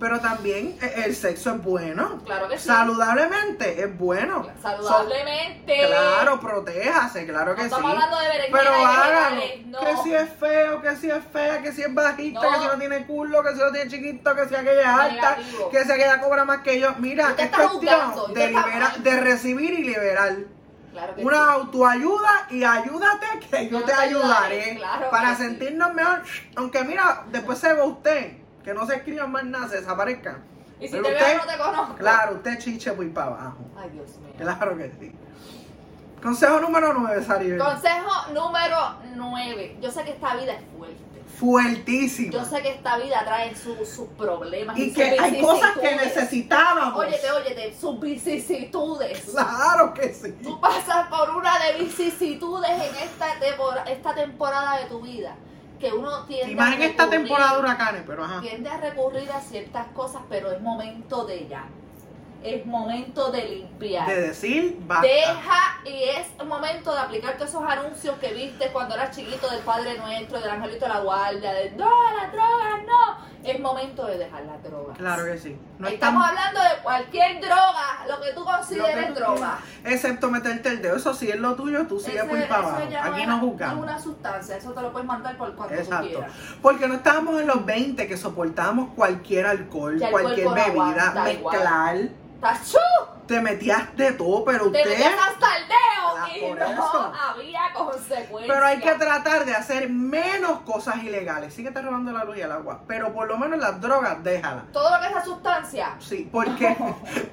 [SPEAKER 1] pero también eh, el sexo es bueno.
[SPEAKER 2] Claro que sí.
[SPEAKER 1] Saludablemente es bueno.
[SPEAKER 2] Saludablemente.
[SPEAKER 1] So- claro, protéjase, claro
[SPEAKER 2] No
[SPEAKER 1] que sí.
[SPEAKER 2] estamos hablando de berenjena
[SPEAKER 1] Pero
[SPEAKER 2] y de
[SPEAKER 1] hágalo.
[SPEAKER 2] vegetales, no.
[SPEAKER 1] Que si es feo, que si es fea, que si es bajita,
[SPEAKER 2] No.
[SPEAKER 1] que si no tiene culo, que si no tiene chiquito, que si aquella es alta,
[SPEAKER 2] Negativo.
[SPEAKER 1] que si aquella cobra más que yo. Mira,
[SPEAKER 2] Usted
[SPEAKER 1] es
[SPEAKER 2] está
[SPEAKER 1] cuestión
[SPEAKER 2] juzgando, usted
[SPEAKER 1] de,
[SPEAKER 2] está
[SPEAKER 1] libera-
[SPEAKER 2] mal.
[SPEAKER 1] de recibir y liberar.
[SPEAKER 2] Claro que sí.
[SPEAKER 1] Una autoayuda y ayúdate que yo,
[SPEAKER 2] Yo
[SPEAKER 1] te
[SPEAKER 2] te
[SPEAKER 1] ayudaré.
[SPEAKER 2] ayudaré, claro
[SPEAKER 1] para
[SPEAKER 2] que sí.
[SPEAKER 1] sentirnos mejor. Aunque mira, después se va usted. Que no se escriban más nada, se desaparezcan.
[SPEAKER 2] Y si te
[SPEAKER 1] Pero usted-
[SPEAKER 2] veo, no te conozco.
[SPEAKER 1] Claro, usted chiche voy para abajo.
[SPEAKER 2] Ay, Dios mío.
[SPEAKER 1] Claro que sí. Consejo número 9, Saribel.
[SPEAKER 2] Consejo número 9. Yo sé que esta vida es fuerte.
[SPEAKER 1] Fuertísimo.
[SPEAKER 2] Yo sé que esta vida trae su- sus problemas.
[SPEAKER 1] y
[SPEAKER 2] sus
[SPEAKER 1] que hay cosas que
[SPEAKER 2] vicisitudes.
[SPEAKER 1] necesitábamos.
[SPEAKER 2] Óyete, óyete, sus vicisitudes.
[SPEAKER 1] Claro que sí.
[SPEAKER 2] Tú pasas por una de vicisitudes en esta, tempora- esta temporada de tu vida. Que uno tiende
[SPEAKER 1] Y más en
[SPEAKER 2] a
[SPEAKER 1] esta
[SPEAKER 2] recurrir-
[SPEAKER 1] temporada de huracanes, pero ajá.
[SPEAKER 2] Tiende a recurrir a ciertas cosas, pero es momento de ya. Es momento de limpiar.
[SPEAKER 1] De decir, basta.
[SPEAKER 2] Deja y es momento de aplicar todos esos anuncios que viste cuando eras chiquito del Padre Nuestro, del Angelito de la Guardia, de no, las drogas, no. Es momento de dejar las drogas.
[SPEAKER 1] Claro que sí. No
[SPEAKER 2] Estamos
[SPEAKER 1] estamos-
[SPEAKER 2] hablando de cualquier droga, lo que tú
[SPEAKER 1] Lo que
[SPEAKER 2] consideres
[SPEAKER 1] tú
[SPEAKER 2] droga.
[SPEAKER 1] quieras. Excepto meterte el dedo. Eso sí es lo tuyo, tú sigues
[SPEAKER 2] Eso-
[SPEAKER 1] por ahí para
[SPEAKER 2] eso
[SPEAKER 1] abajo.
[SPEAKER 2] ya
[SPEAKER 1] Aquí
[SPEAKER 2] es-
[SPEAKER 1] no
[SPEAKER 2] Es
[SPEAKER 1] juzgamos.
[SPEAKER 2] una sustancia, eso te lo puedes mandar por cuando tú
[SPEAKER 1] Exacto.
[SPEAKER 2] quieras.
[SPEAKER 1] Porque no estábamos en los 20 que soportábamos cualquier alcohol,
[SPEAKER 2] Ya el
[SPEAKER 1] cualquier
[SPEAKER 2] cuerpo no
[SPEAKER 1] bebida,
[SPEAKER 2] aguanta igual.
[SPEAKER 1] mezclar.
[SPEAKER 2] ¡Tachú!
[SPEAKER 1] Te metías de todo, pero
[SPEAKER 2] Te
[SPEAKER 1] usted. Ah,
[SPEAKER 2] metías hasta el dedo y
[SPEAKER 1] por
[SPEAKER 2] no
[SPEAKER 1] eso.
[SPEAKER 2] había consecuencias.
[SPEAKER 1] Pero hay que tratar de hacer menos cosas ilegales. Sigue te robando la luz y el agua. Pero por lo menos las drogas, déjalas.
[SPEAKER 2] Todo lo que es la sustancia.
[SPEAKER 1] Sí, porque,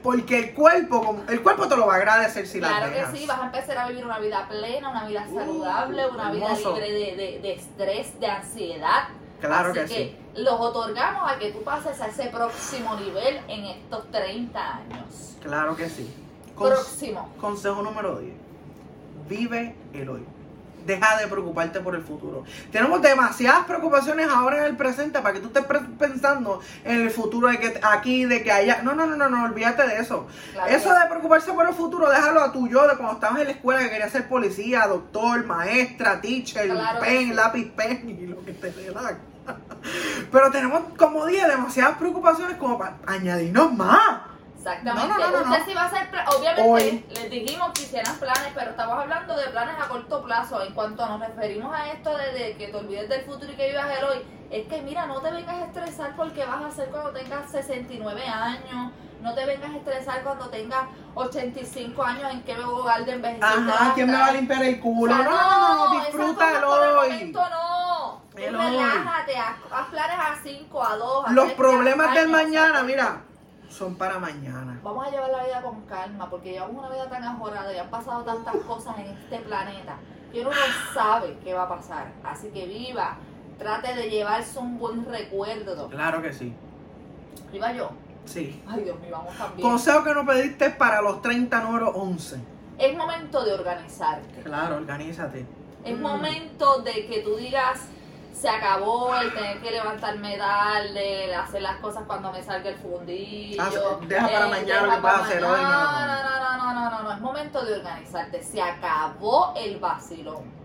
[SPEAKER 1] porque el cuerpo, como- el cuerpo te lo va a agradecer si las
[SPEAKER 2] Claro que
[SPEAKER 1] dejas.
[SPEAKER 2] sí, vas a empezar a vivir una vida plena, una vida
[SPEAKER 1] Uh,
[SPEAKER 2] saludable, una
[SPEAKER 1] hermoso.
[SPEAKER 2] vida libre de, de- de estrés, de ansiedad.
[SPEAKER 1] Claro
[SPEAKER 2] Así
[SPEAKER 1] que sí.
[SPEAKER 2] los otorgamos a que tú pases a ese próximo nivel en estos 30 años.
[SPEAKER 1] Claro que sí. Con-
[SPEAKER 2] Próximo.
[SPEAKER 1] consejo número 10. Vive el hoy. Deja de preocuparte por el futuro. Tenemos demasiadas preocupaciones ahora en el presente para que tú estés pre- pensando en el futuro de que aquí, de que allá. No, no, no, no, no, olvídate de eso.
[SPEAKER 2] Claro que
[SPEAKER 1] Eso de preocuparse por el futuro, déjalo a tu yo de cuando estabas en la escuela que querías ser policía, doctor, maestra, teacher,
[SPEAKER 2] Claro que
[SPEAKER 1] pen,
[SPEAKER 2] sí.
[SPEAKER 1] lápiz, pen y lo que te dé la gana. Pero tenemos, como dije, demasiadas preocupaciones como para añadirnos más.
[SPEAKER 2] Exactamente.
[SPEAKER 1] No, no, no, no,
[SPEAKER 2] Usted
[SPEAKER 1] no.
[SPEAKER 2] sí va a hacer, pla- obviamente,
[SPEAKER 1] Hoy.
[SPEAKER 2] les dijimos que hicieran planes, pero estamos hablando de planes a corto plazo. En cuanto nos referimos a esto de, de que te olvides del futuro y que vivas el hoy, es que mira, no te vengas a estresar porque vas a hacer cuando tengas 69 años. No te vengas a estresar cuando tengas 85 años en qué hogar de envejecimiento.
[SPEAKER 1] Ajá, ¿quién me va a limpiar el culo? No, no, no, no, disfruta el hoy.
[SPEAKER 2] No, Tú
[SPEAKER 1] El hoy.
[SPEAKER 2] relájate, haz, haz planes a 5, a 2, a
[SPEAKER 1] Los
[SPEAKER 2] tres,
[SPEAKER 1] problemas
[SPEAKER 2] a
[SPEAKER 1] del
[SPEAKER 2] años,
[SPEAKER 1] mañana,
[SPEAKER 2] exacto.
[SPEAKER 1] mira, son para mañana.
[SPEAKER 2] Vamos a llevar la vida con calma, porque llevamos una vida tan ajorada y han pasado tantas cosas en este planeta que uno no sabe qué va a pasar. Así que viva, trate de llevarse un buen recuerdo.
[SPEAKER 1] Claro que sí.
[SPEAKER 2] Viva yo.
[SPEAKER 1] Sí.
[SPEAKER 2] Ay, Dios mío, vamos también.
[SPEAKER 1] Consejo que nos pediste para los 30 número 11.
[SPEAKER 2] Es momento de organizarte.
[SPEAKER 1] Claro, organízate.
[SPEAKER 2] Es
[SPEAKER 1] Mm.
[SPEAKER 2] momento de que tú digas, se acabó el tener que levantarme tarde, el hacer las cosas cuando me salga el fundillo. eh,
[SPEAKER 1] Ah, deja para mañana
[SPEAKER 2] deja
[SPEAKER 1] lo que vas a
[SPEAKER 2] para
[SPEAKER 1] hacer hoy,
[SPEAKER 2] mañana. No, no, no, no, no, no, es momento de organizarte. Se acabó el vacilón.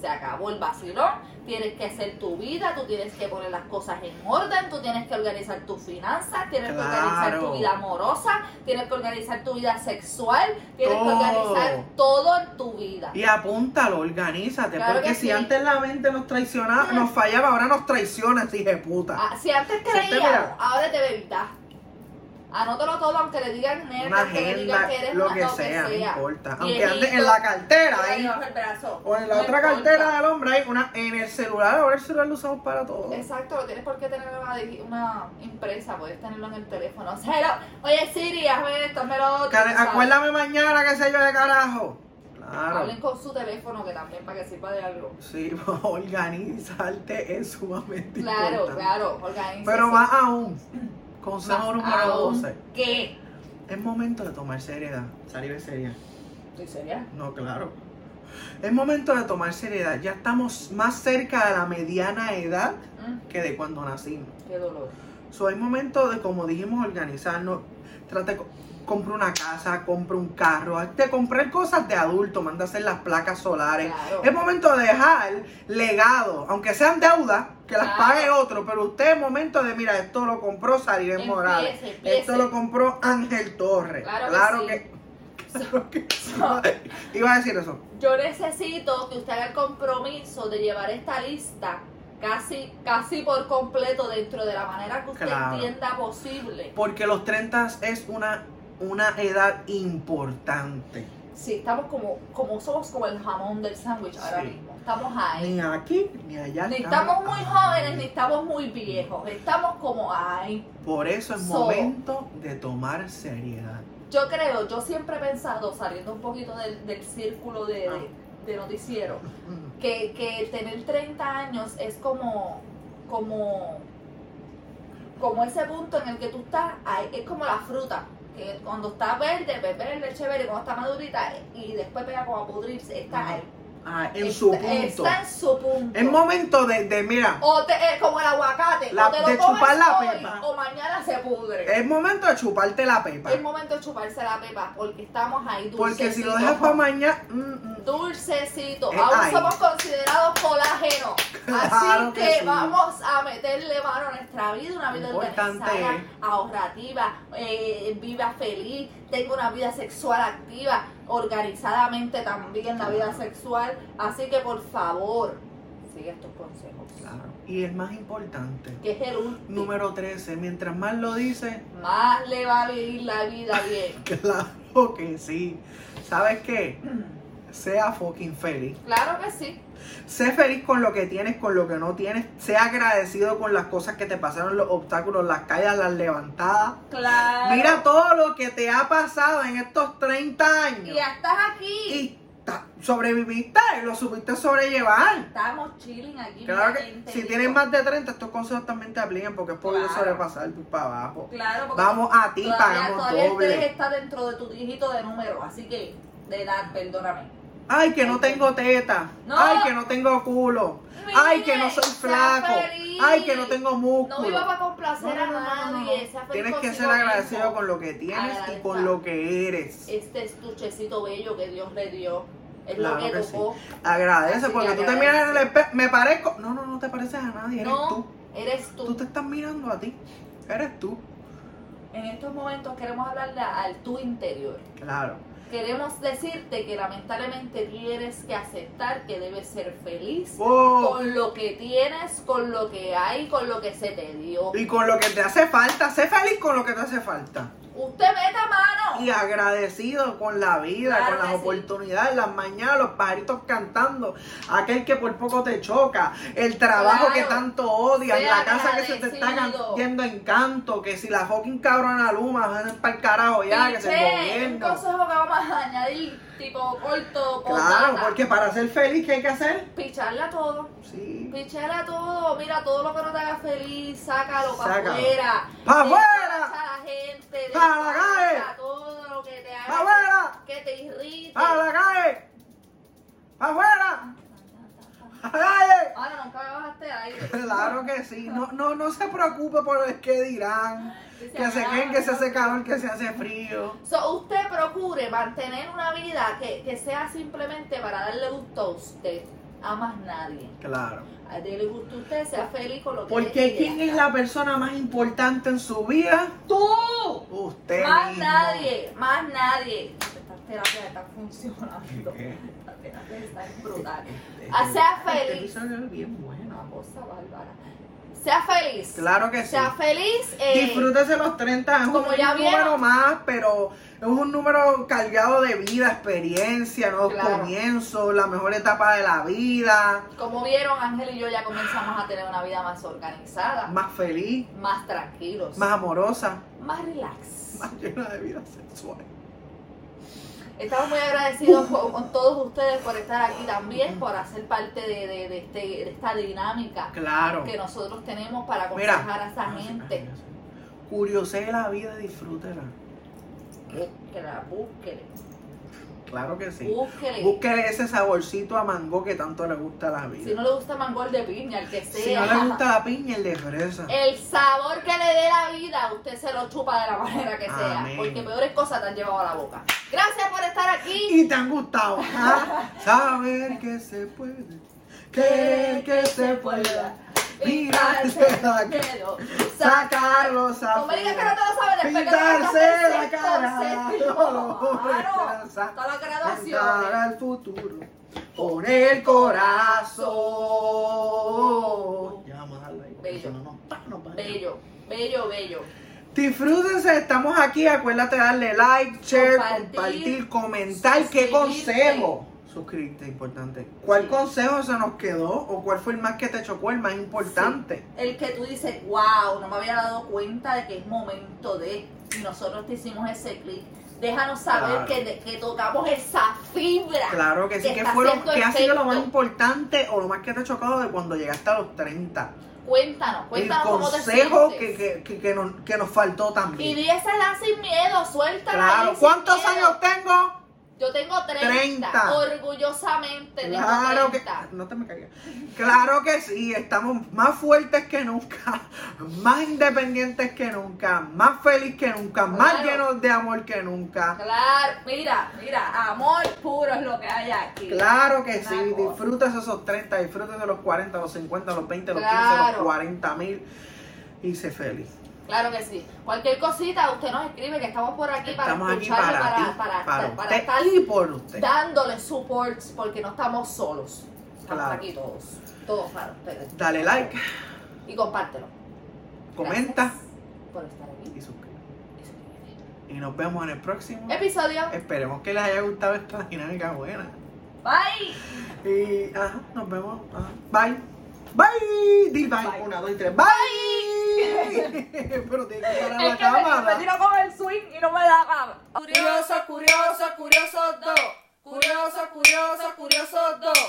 [SPEAKER 2] Se acabó el vacilón, tienes que hacer tu vida, tú tienes que poner las cosas en orden, tú tienes que organizar tus finanzas, tienes que organizar
[SPEAKER 1] Claro.
[SPEAKER 2] tu vida amorosa, tienes que organizar tu vida sexual, tienes
[SPEAKER 1] Todo.
[SPEAKER 2] que organizar todo en tu vida.
[SPEAKER 1] Y apúntalo, organízate.
[SPEAKER 2] Claro
[SPEAKER 1] porque
[SPEAKER 2] que
[SPEAKER 1] si
[SPEAKER 2] sí.
[SPEAKER 1] antes la mente nos traicionaba,
[SPEAKER 2] Mm.
[SPEAKER 1] nos fallaba, ahora nos traiciona, ese hijo de puta.
[SPEAKER 2] Ah, si antes
[SPEAKER 1] usted
[SPEAKER 2] creíamos,
[SPEAKER 1] mira-
[SPEAKER 2] ahora te bebitas. Anótalo todo, aunque le digan nerd,
[SPEAKER 1] Una
[SPEAKER 2] aunque le digan
[SPEAKER 1] agenda,
[SPEAKER 2] que eres
[SPEAKER 1] lo
[SPEAKER 2] una-
[SPEAKER 1] que sea, no importa. Aunque
[SPEAKER 2] Viejito,
[SPEAKER 1] antes en la cartera,
[SPEAKER 2] mira,
[SPEAKER 1] ahí,
[SPEAKER 2] debajo del brazo,
[SPEAKER 1] o en la
[SPEAKER 2] no
[SPEAKER 1] otra
[SPEAKER 2] importa.
[SPEAKER 1] cartera del hombre, hay una en el celular. Ahora el celular lo usamos para todo.
[SPEAKER 2] Exacto, no tienes por qué tener una, digi- una impresa, puedes tenerlo en el teléfono. O sea, era, Oye Siri, hazme esto, hazme lo otro.
[SPEAKER 1] Care-
[SPEAKER 2] ¿sabes?
[SPEAKER 1] Acuérdame mañana, qué sé yo, de carajo. Claro.
[SPEAKER 2] Hablen con su teléfono que también para que sirva de algo.
[SPEAKER 1] Sí, pues, organizarte es sumamente
[SPEAKER 2] Claro,
[SPEAKER 1] importante.
[SPEAKER 2] claro, organiza.
[SPEAKER 1] Pero más aún, consejo número
[SPEAKER 2] aún.
[SPEAKER 1] 12.
[SPEAKER 2] ¿Qué?
[SPEAKER 1] Es momento de tomar seriedad. Salir de seriedad.
[SPEAKER 2] ¿Estoy seria?
[SPEAKER 1] No, claro. Es momento de tomar seriedad. Ya estamos más cerca de la mediana edad
[SPEAKER 2] Mm,
[SPEAKER 1] que de cuando nacimos.
[SPEAKER 2] qué dolor.
[SPEAKER 1] So, es momento de, como dijimos, organizarnos. Trate, compra una casa, compra un carro. Te comprar cosas de adulto, manda a hacer las placas solares.
[SPEAKER 2] Claro.
[SPEAKER 1] Es momento de dejar legado, aunque sean deudas, que las
[SPEAKER 2] Claro.
[SPEAKER 1] pague otro, pero usted es momento de, mira, esto lo compró Saribel
[SPEAKER 2] Empiece,
[SPEAKER 1] Morales,
[SPEAKER 2] empiece.
[SPEAKER 1] esto lo compró Ángel Torres.
[SPEAKER 2] Claro que sí.
[SPEAKER 1] claro que sí. Iba a decir eso.
[SPEAKER 2] Yo necesito que usted haga el compromiso de llevar esta lista casi, casi por completo dentro de la manera que usted
[SPEAKER 1] Claro.
[SPEAKER 2] entienda posible.
[SPEAKER 1] Porque los 30 es una, una edad importante.
[SPEAKER 2] Sí, estamos como, como somos como el jamón del sándwich ahora
[SPEAKER 1] Sí.
[SPEAKER 2] mismo. Estamos ahí.
[SPEAKER 1] Ni aquí ni allá.
[SPEAKER 2] Ni
[SPEAKER 1] estamos.
[SPEAKER 2] estamos muy jóvenes, ni estamos muy viejos. Estamos como ahí.
[SPEAKER 1] Por eso es
[SPEAKER 2] So-
[SPEAKER 1] momento de tomar seriedad.
[SPEAKER 2] Yo creo, yo siempre he pensado, saliendo un poquito del, del círculo de,
[SPEAKER 1] Ah.
[SPEAKER 2] de, de noticiero, que, que tener 30 años es como, como, como ese punto en el que tú estás, ahí, es como la fruta, que cuando está verde, pues verde es chévere, cuando está madurita y después pega como a pudrirse, está ahí.
[SPEAKER 1] Ah, en su
[SPEAKER 2] Está-
[SPEAKER 1] punto.
[SPEAKER 2] Está en su punto.
[SPEAKER 1] Es momento de, de, mira,
[SPEAKER 2] o te- eh, como el aguacate,
[SPEAKER 1] La-
[SPEAKER 2] o te lo
[SPEAKER 1] de
[SPEAKER 2] comes
[SPEAKER 1] chupar la
[SPEAKER 2] hoy,
[SPEAKER 1] pepa.
[SPEAKER 2] o mañana se pudre.
[SPEAKER 1] es momento de chuparte la pepa.
[SPEAKER 2] Es momento de chuparse la pepa, porque estamos ahí dulces.
[SPEAKER 1] Porque si lo dejas para mañana, mm, mm,
[SPEAKER 2] Dulcecito,
[SPEAKER 1] Eh,
[SPEAKER 2] ahora
[SPEAKER 1] ay.
[SPEAKER 2] somos considerados colágeno. Así
[SPEAKER 1] Claro
[SPEAKER 2] que,
[SPEAKER 1] que sí.
[SPEAKER 2] vamos a meterle mano a nuestra vida, una vida
[SPEAKER 1] Importante.
[SPEAKER 2] organizada, ahorrativa, eh, viva feliz, tengo una vida sexual activa, organizadamente también la vida sexual. Así que por favor, sigue estos consejos.
[SPEAKER 1] claro. Y es más importante.
[SPEAKER 2] Que es el último.
[SPEAKER 1] Número 13, mientras más lo dices,
[SPEAKER 2] Más le va a vivir la vida bien.
[SPEAKER 1] claro que sí. ¿Sabes qué? sea fucking feliz.
[SPEAKER 2] Claro que sí.
[SPEAKER 1] Sé feliz con lo que tienes, con lo que no tienes. Sé agradecido con las cosas que te pasaron, los obstáculos, las caídas, las levantadas.
[SPEAKER 2] Claro.
[SPEAKER 1] Mira todo lo que te ha pasado en estos 30 años.
[SPEAKER 2] Y ya estás aquí.
[SPEAKER 1] Y ta- sobreviviste, lo supiste sobrellevar.
[SPEAKER 2] Estamos chilling aquí.
[SPEAKER 1] Claro
[SPEAKER 2] mira,
[SPEAKER 1] que
[SPEAKER 2] gente,
[SPEAKER 1] si
[SPEAKER 2] digo.
[SPEAKER 1] tienes más de 30, estos consejos también te aplican porque es poder
[SPEAKER 2] Claro.
[SPEAKER 1] sobrepasar tú para abajo.
[SPEAKER 2] Claro, porque
[SPEAKER 1] Vamos a ti,
[SPEAKER 2] todavía,
[SPEAKER 1] pagamos
[SPEAKER 2] todavía el 3
[SPEAKER 1] doble.
[SPEAKER 2] está dentro de tu dígito de número, así que de edad, perdóname.
[SPEAKER 1] Ay, que no tengo teta.
[SPEAKER 2] No.
[SPEAKER 1] Ay, que no tengo culo.
[SPEAKER 2] Mire,
[SPEAKER 1] Ay, que no soy
[SPEAKER 2] sea
[SPEAKER 1] flaco.
[SPEAKER 2] feliz.
[SPEAKER 1] Ay, que no tengo
[SPEAKER 2] No
[SPEAKER 1] músculo.
[SPEAKER 2] viva para complacer
[SPEAKER 1] No, no, no,
[SPEAKER 2] a
[SPEAKER 1] no, no, no.
[SPEAKER 2] nadie. sea feliz
[SPEAKER 1] Tienes que ser
[SPEAKER 2] consigo
[SPEAKER 1] agradecido
[SPEAKER 2] mismo.
[SPEAKER 1] con lo que tienes y
[SPEAKER 2] Agradezca.
[SPEAKER 1] con lo que eres.
[SPEAKER 2] Este estuchecito bello que Dios le dio. Es
[SPEAKER 1] Claro
[SPEAKER 2] lo que,
[SPEAKER 1] que sí.
[SPEAKER 2] tocó.
[SPEAKER 1] Agradece,
[SPEAKER 2] Así que
[SPEAKER 1] porque tú te
[SPEAKER 2] agradece.
[SPEAKER 1] miras en el espejo. Me parezco. No, no, no te pareces a nadie. Eres
[SPEAKER 2] No,
[SPEAKER 1] tú.
[SPEAKER 2] eres
[SPEAKER 1] Tú te estás mirando a ti. Eres tú.
[SPEAKER 2] En estos momentos queremos hablarle al tu interior.
[SPEAKER 1] Claro.
[SPEAKER 2] Queremos decirte que lamentablemente tienes que aceptar que debes ser feliz
[SPEAKER 1] Oh,
[SPEAKER 2] con lo que tienes, con lo que hay, con lo que se te dio.
[SPEAKER 1] Y con lo que te hace falta. Sé feliz con lo que te hace falta.
[SPEAKER 2] Usted meta mano.
[SPEAKER 1] Y agradecido con la vida,
[SPEAKER 2] Claro
[SPEAKER 1] con las
[SPEAKER 2] que sí.
[SPEAKER 1] oportunidades, las mañanas, los pajaritos cantando, aquel que por poco te choca, el trabajo
[SPEAKER 2] Claro.
[SPEAKER 1] que tanto odias,
[SPEAKER 2] Sé
[SPEAKER 1] la casa que se te está
[SPEAKER 2] agradecido.
[SPEAKER 1] yendo en canto, que si la fucking cabrona Luma, van para el carajo ya, que se
[SPEAKER 2] Che, un
[SPEAKER 1] gobierna.
[SPEAKER 2] consejo que vamos a añadir, tipo
[SPEAKER 1] Claro,
[SPEAKER 2] corto, postdata.
[SPEAKER 1] porque para ser feliz, ¿qué hay que hacer?
[SPEAKER 2] Picharla todo.
[SPEAKER 1] Sí.
[SPEAKER 2] Pichera todo, mira todo lo que no te haga feliz, sácalo para
[SPEAKER 1] Sácalo.
[SPEAKER 2] afuera.
[SPEAKER 1] ¡Pa' afuera!
[SPEAKER 2] Despacha a la gente,
[SPEAKER 1] ¡Pa' la
[SPEAKER 2] despacha
[SPEAKER 1] calle!
[SPEAKER 2] todo lo que te haga
[SPEAKER 1] ¡Afuera!
[SPEAKER 2] que te irrite.
[SPEAKER 1] ¡A la calle! ¡Afuera! ¡A la calle!
[SPEAKER 2] Ahora nunca me bajaste el aire.
[SPEAKER 1] Claro que sí, no, no, no se preocupe por el que dirán, que se queden, que se hace calor, que se hace frío.
[SPEAKER 2] So, usted procure mantener una vida que, que sea simplemente para darle gusto a usted, a más nadie.
[SPEAKER 1] Claro.
[SPEAKER 2] A darle gusto a usted, sea feliz con lo que
[SPEAKER 1] Porque
[SPEAKER 2] tiene y
[SPEAKER 1] ¿quién
[SPEAKER 2] ya
[SPEAKER 1] es
[SPEAKER 2] está.
[SPEAKER 1] la persona más importante en su vida?
[SPEAKER 2] ¡Tú!
[SPEAKER 1] Usted
[SPEAKER 2] Más
[SPEAKER 1] mismo.
[SPEAKER 2] nadie, más nadie. Estas terapias están funcionando.
[SPEAKER 1] ¿Qué?
[SPEAKER 2] Estas terapias están brutales.
[SPEAKER 1] Este-
[SPEAKER 2] Ah, sea
[SPEAKER 1] este
[SPEAKER 2] feliz.
[SPEAKER 1] episodio es bien
[SPEAKER 2] Una
[SPEAKER 1] bueno.
[SPEAKER 2] cosa bárbara. Sea feliz.
[SPEAKER 1] Claro que sí.
[SPEAKER 2] Sea feliz. eh,
[SPEAKER 1] Disfrútese los 30, es
[SPEAKER 2] como
[SPEAKER 1] un
[SPEAKER 2] ya vieron.
[SPEAKER 1] número más, pero es un número cargado de vida, experiencia, nuevos
[SPEAKER 2] Claro.
[SPEAKER 1] comienzos, la mejor etapa de la vida,
[SPEAKER 2] Como vieron, Ángel y yo ya comenzamos a tener una vida más organizada,
[SPEAKER 1] más feliz,
[SPEAKER 2] más tranquilos,
[SPEAKER 1] más amorosa,
[SPEAKER 2] más relax.
[SPEAKER 1] más llena de vida sexual.
[SPEAKER 2] Estamos muy agradecidos con, con todos ustedes por estar aquí también, por hacer parte de, de- de este, de esta dinámica
[SPEAKER 1] Claro.
[SPEAKER 2] que nosotros tenemos para
[SPEAKER 1] Mira. Ah,
[SPEAKER 2] aconsejar a esa gente.
[SPEAKER 1] Curiosé la vida, disfrútela.
[SPEAKER 2] Búsquela, búsquele,
[SPEAKER 1] Claro que sí.
[SPEAKER 2] búsquele.
[SPEAKER 1] Búsquele ese saborcito a mango que tanto le gusta a la vida.
[SPEAKER 2] Si no le gusta mangol de piña, el que sea.
[SPEAKER 1] Si no le gusta la piña, el de fresa.
[SPEAKER 2] El sabor que le dé la vida, usted se lo chupa de la manera que sea.
[SPEAKER 1] Amén.
[SPEAKER 2] Porque peores cosas te han llevado a la boca. Gracias por estar aquí.
[SPEAKER 1] Y te han gustado. ¿ah? Saber que se puede. Querer que se pueda. Mirarse la cara.
[SPEAKER 2] quedo.
[SPEAKER 1] Sacarlos a
[SPEAKER 2] No me digas que no te lo sabes después
[SPEAKER 1] Pintarse
[SPEAKER 2] que
[SPEAKER 1] la cara.
[SPEAKER 2] Claro. Todas las
[SPEAKER 1] Cantar
[SPEAKER 2] graduaciones.
[SPEAKER 1] al futuro. Con el corazón. Ya vamos a dejarlo ahí, porque
[SPEAKER 2] Bello.
[SPEAKER 1] si no, no, pa, no para.
[SPEAKER 2] eh. Bello, bello, bello.
[SPEAKER 1] Disfrútense, estamos aquí. Acuérdate darle like, share,
[SPEAKER 2] Compartir,
[SPEAKER 1] compartir, comentar. ¿Qué
[SPEAKER 2] suscribirte.
[SPEAKER 1] consejo? Suscribirte, importante. ¿Cuál
[SPEAKER 2] Sí.
[SPEAKER 1] consejo se nos quedó o cuál fue el más que te chocó, el más importante?
[SPEAKER 2] El que tú dices, wow, no me había dado cuenta de que es momento de. Y nosotros te hicimos ese clic. Déjanos saber
[SPEAKER 1] Claro.
[SPEAKER 2] que, de- que tocamos esa fibra.
[SPEAKER 1] Claro que sí,
[SPEAKER 2] Que
[SPEAKER 1] que
[SPEAKER 2] está
[SPEAKER 1] fue lo
[SPEAKER 2] haciendo
[SPEAKER 1] que ha sido lo más
[SPEAKER 2] efecto.
[SPEAKER 1] importante o lo más que te ha chocado de cuando llegaste a los 30.
[SPEAKER 2] Cuéntanos,
[SPEAKER 1] El
[SPEAKER 2] cuéntanos cómo te
[SPEAKER 1] consejo
[SPEAKER 2] sientes.
[SPEAKER 1] que, que, que, que nos, que nos faltó
[SPEAKER 2] Y
[SPEAKER 1] también.
[SPEAKER 2] dísela sin miedo, suéltala. ahí
[SPEAKER 1] Claro.
[SPEAKER 2] sin
[SPEAKER 1] ¿Cuántos
[SPEAKER 2] miedo.
[SPEAKER 1] años tengo?
[SPEAKER 2] Yo tengo 30.
[SPEAKER 1] 30.
[SPEAKER 2] Orgullosamente tengo
[SPEAKER 1] Claro que
[SPEAKER 2] 30.
[SPEAKER 1] no te me caigas. Claro que sí, estamos más fuertes que nunca, más independientes que nunca, más feliz que nunca, más
[SPEAKER 2] Claro.
[SPEAKER 1] llenos de amor que nunca.
[SPEAKER 2] Claro, mira, mira, amor puro es lo que hay aquí.
[SPEAKER 1] Claro que
[SPEAKER 2] Una
[SPEAKER 1] sí,
[SPEAKER 2] cosa.
[SPEAKER 1] disfrútese esos 30, disfrútese los 40, los 50, los 20, los 15,
[SPEAKER 2] Claro.
[SPEAKER 1] los 40 mil y sé feliz.
[SPEAKER 2] Claro que sí. Cualquier cosita, usted nos escribe que estamos por aquí para
[SPEAKER 1] Estamos aquí
[SPEAKER 2] escucharle,
[SPEAKER 1] para, ti, para,
[SPEAKER 2] para, para, para
[SPEAKER 1] usted
[SPEAKER 2] estar
[SPEAKER 1] y por usted.
[SPEAKER 2] dándole supports porque no estamos solos. Estamos
[SPEAKER 1] Claro.
[SPEAKER 2] aquí todos, todos para ustedes.
[SPEAKER 1] Dale like,
[SPEAKER 2] Y compártelo.
[SPEAKER 1] comenta
[SPEAKER 2] Gracias por estar aquí.
[SPEAKER 1] y suscríbete. Y nos vemos en el próximo.
[SPEAKER 2] Episodio
[SPEAKER 1] Eh. Esperemos que les haya gustado esta dinámica buena.
[SPEAKER 6] Bye.
[SPEAKER 1] Y ajá, nos vemos. Ajá. Bye. Bye. Dil bye.
[SPEAKER 6] Bye.
[SPEAKER 1] Una, dos y tres. Bye. Pero tiene que parar la
[SPEAKER 6] Es que me,
[SPEAKER 1] cámara.
[SPEAKER 6] me tiro con el swing y no me da cámara.
[SPEAKER 2] Curioso, curioso, curioso dos. Curioso, curioso, curioso dos.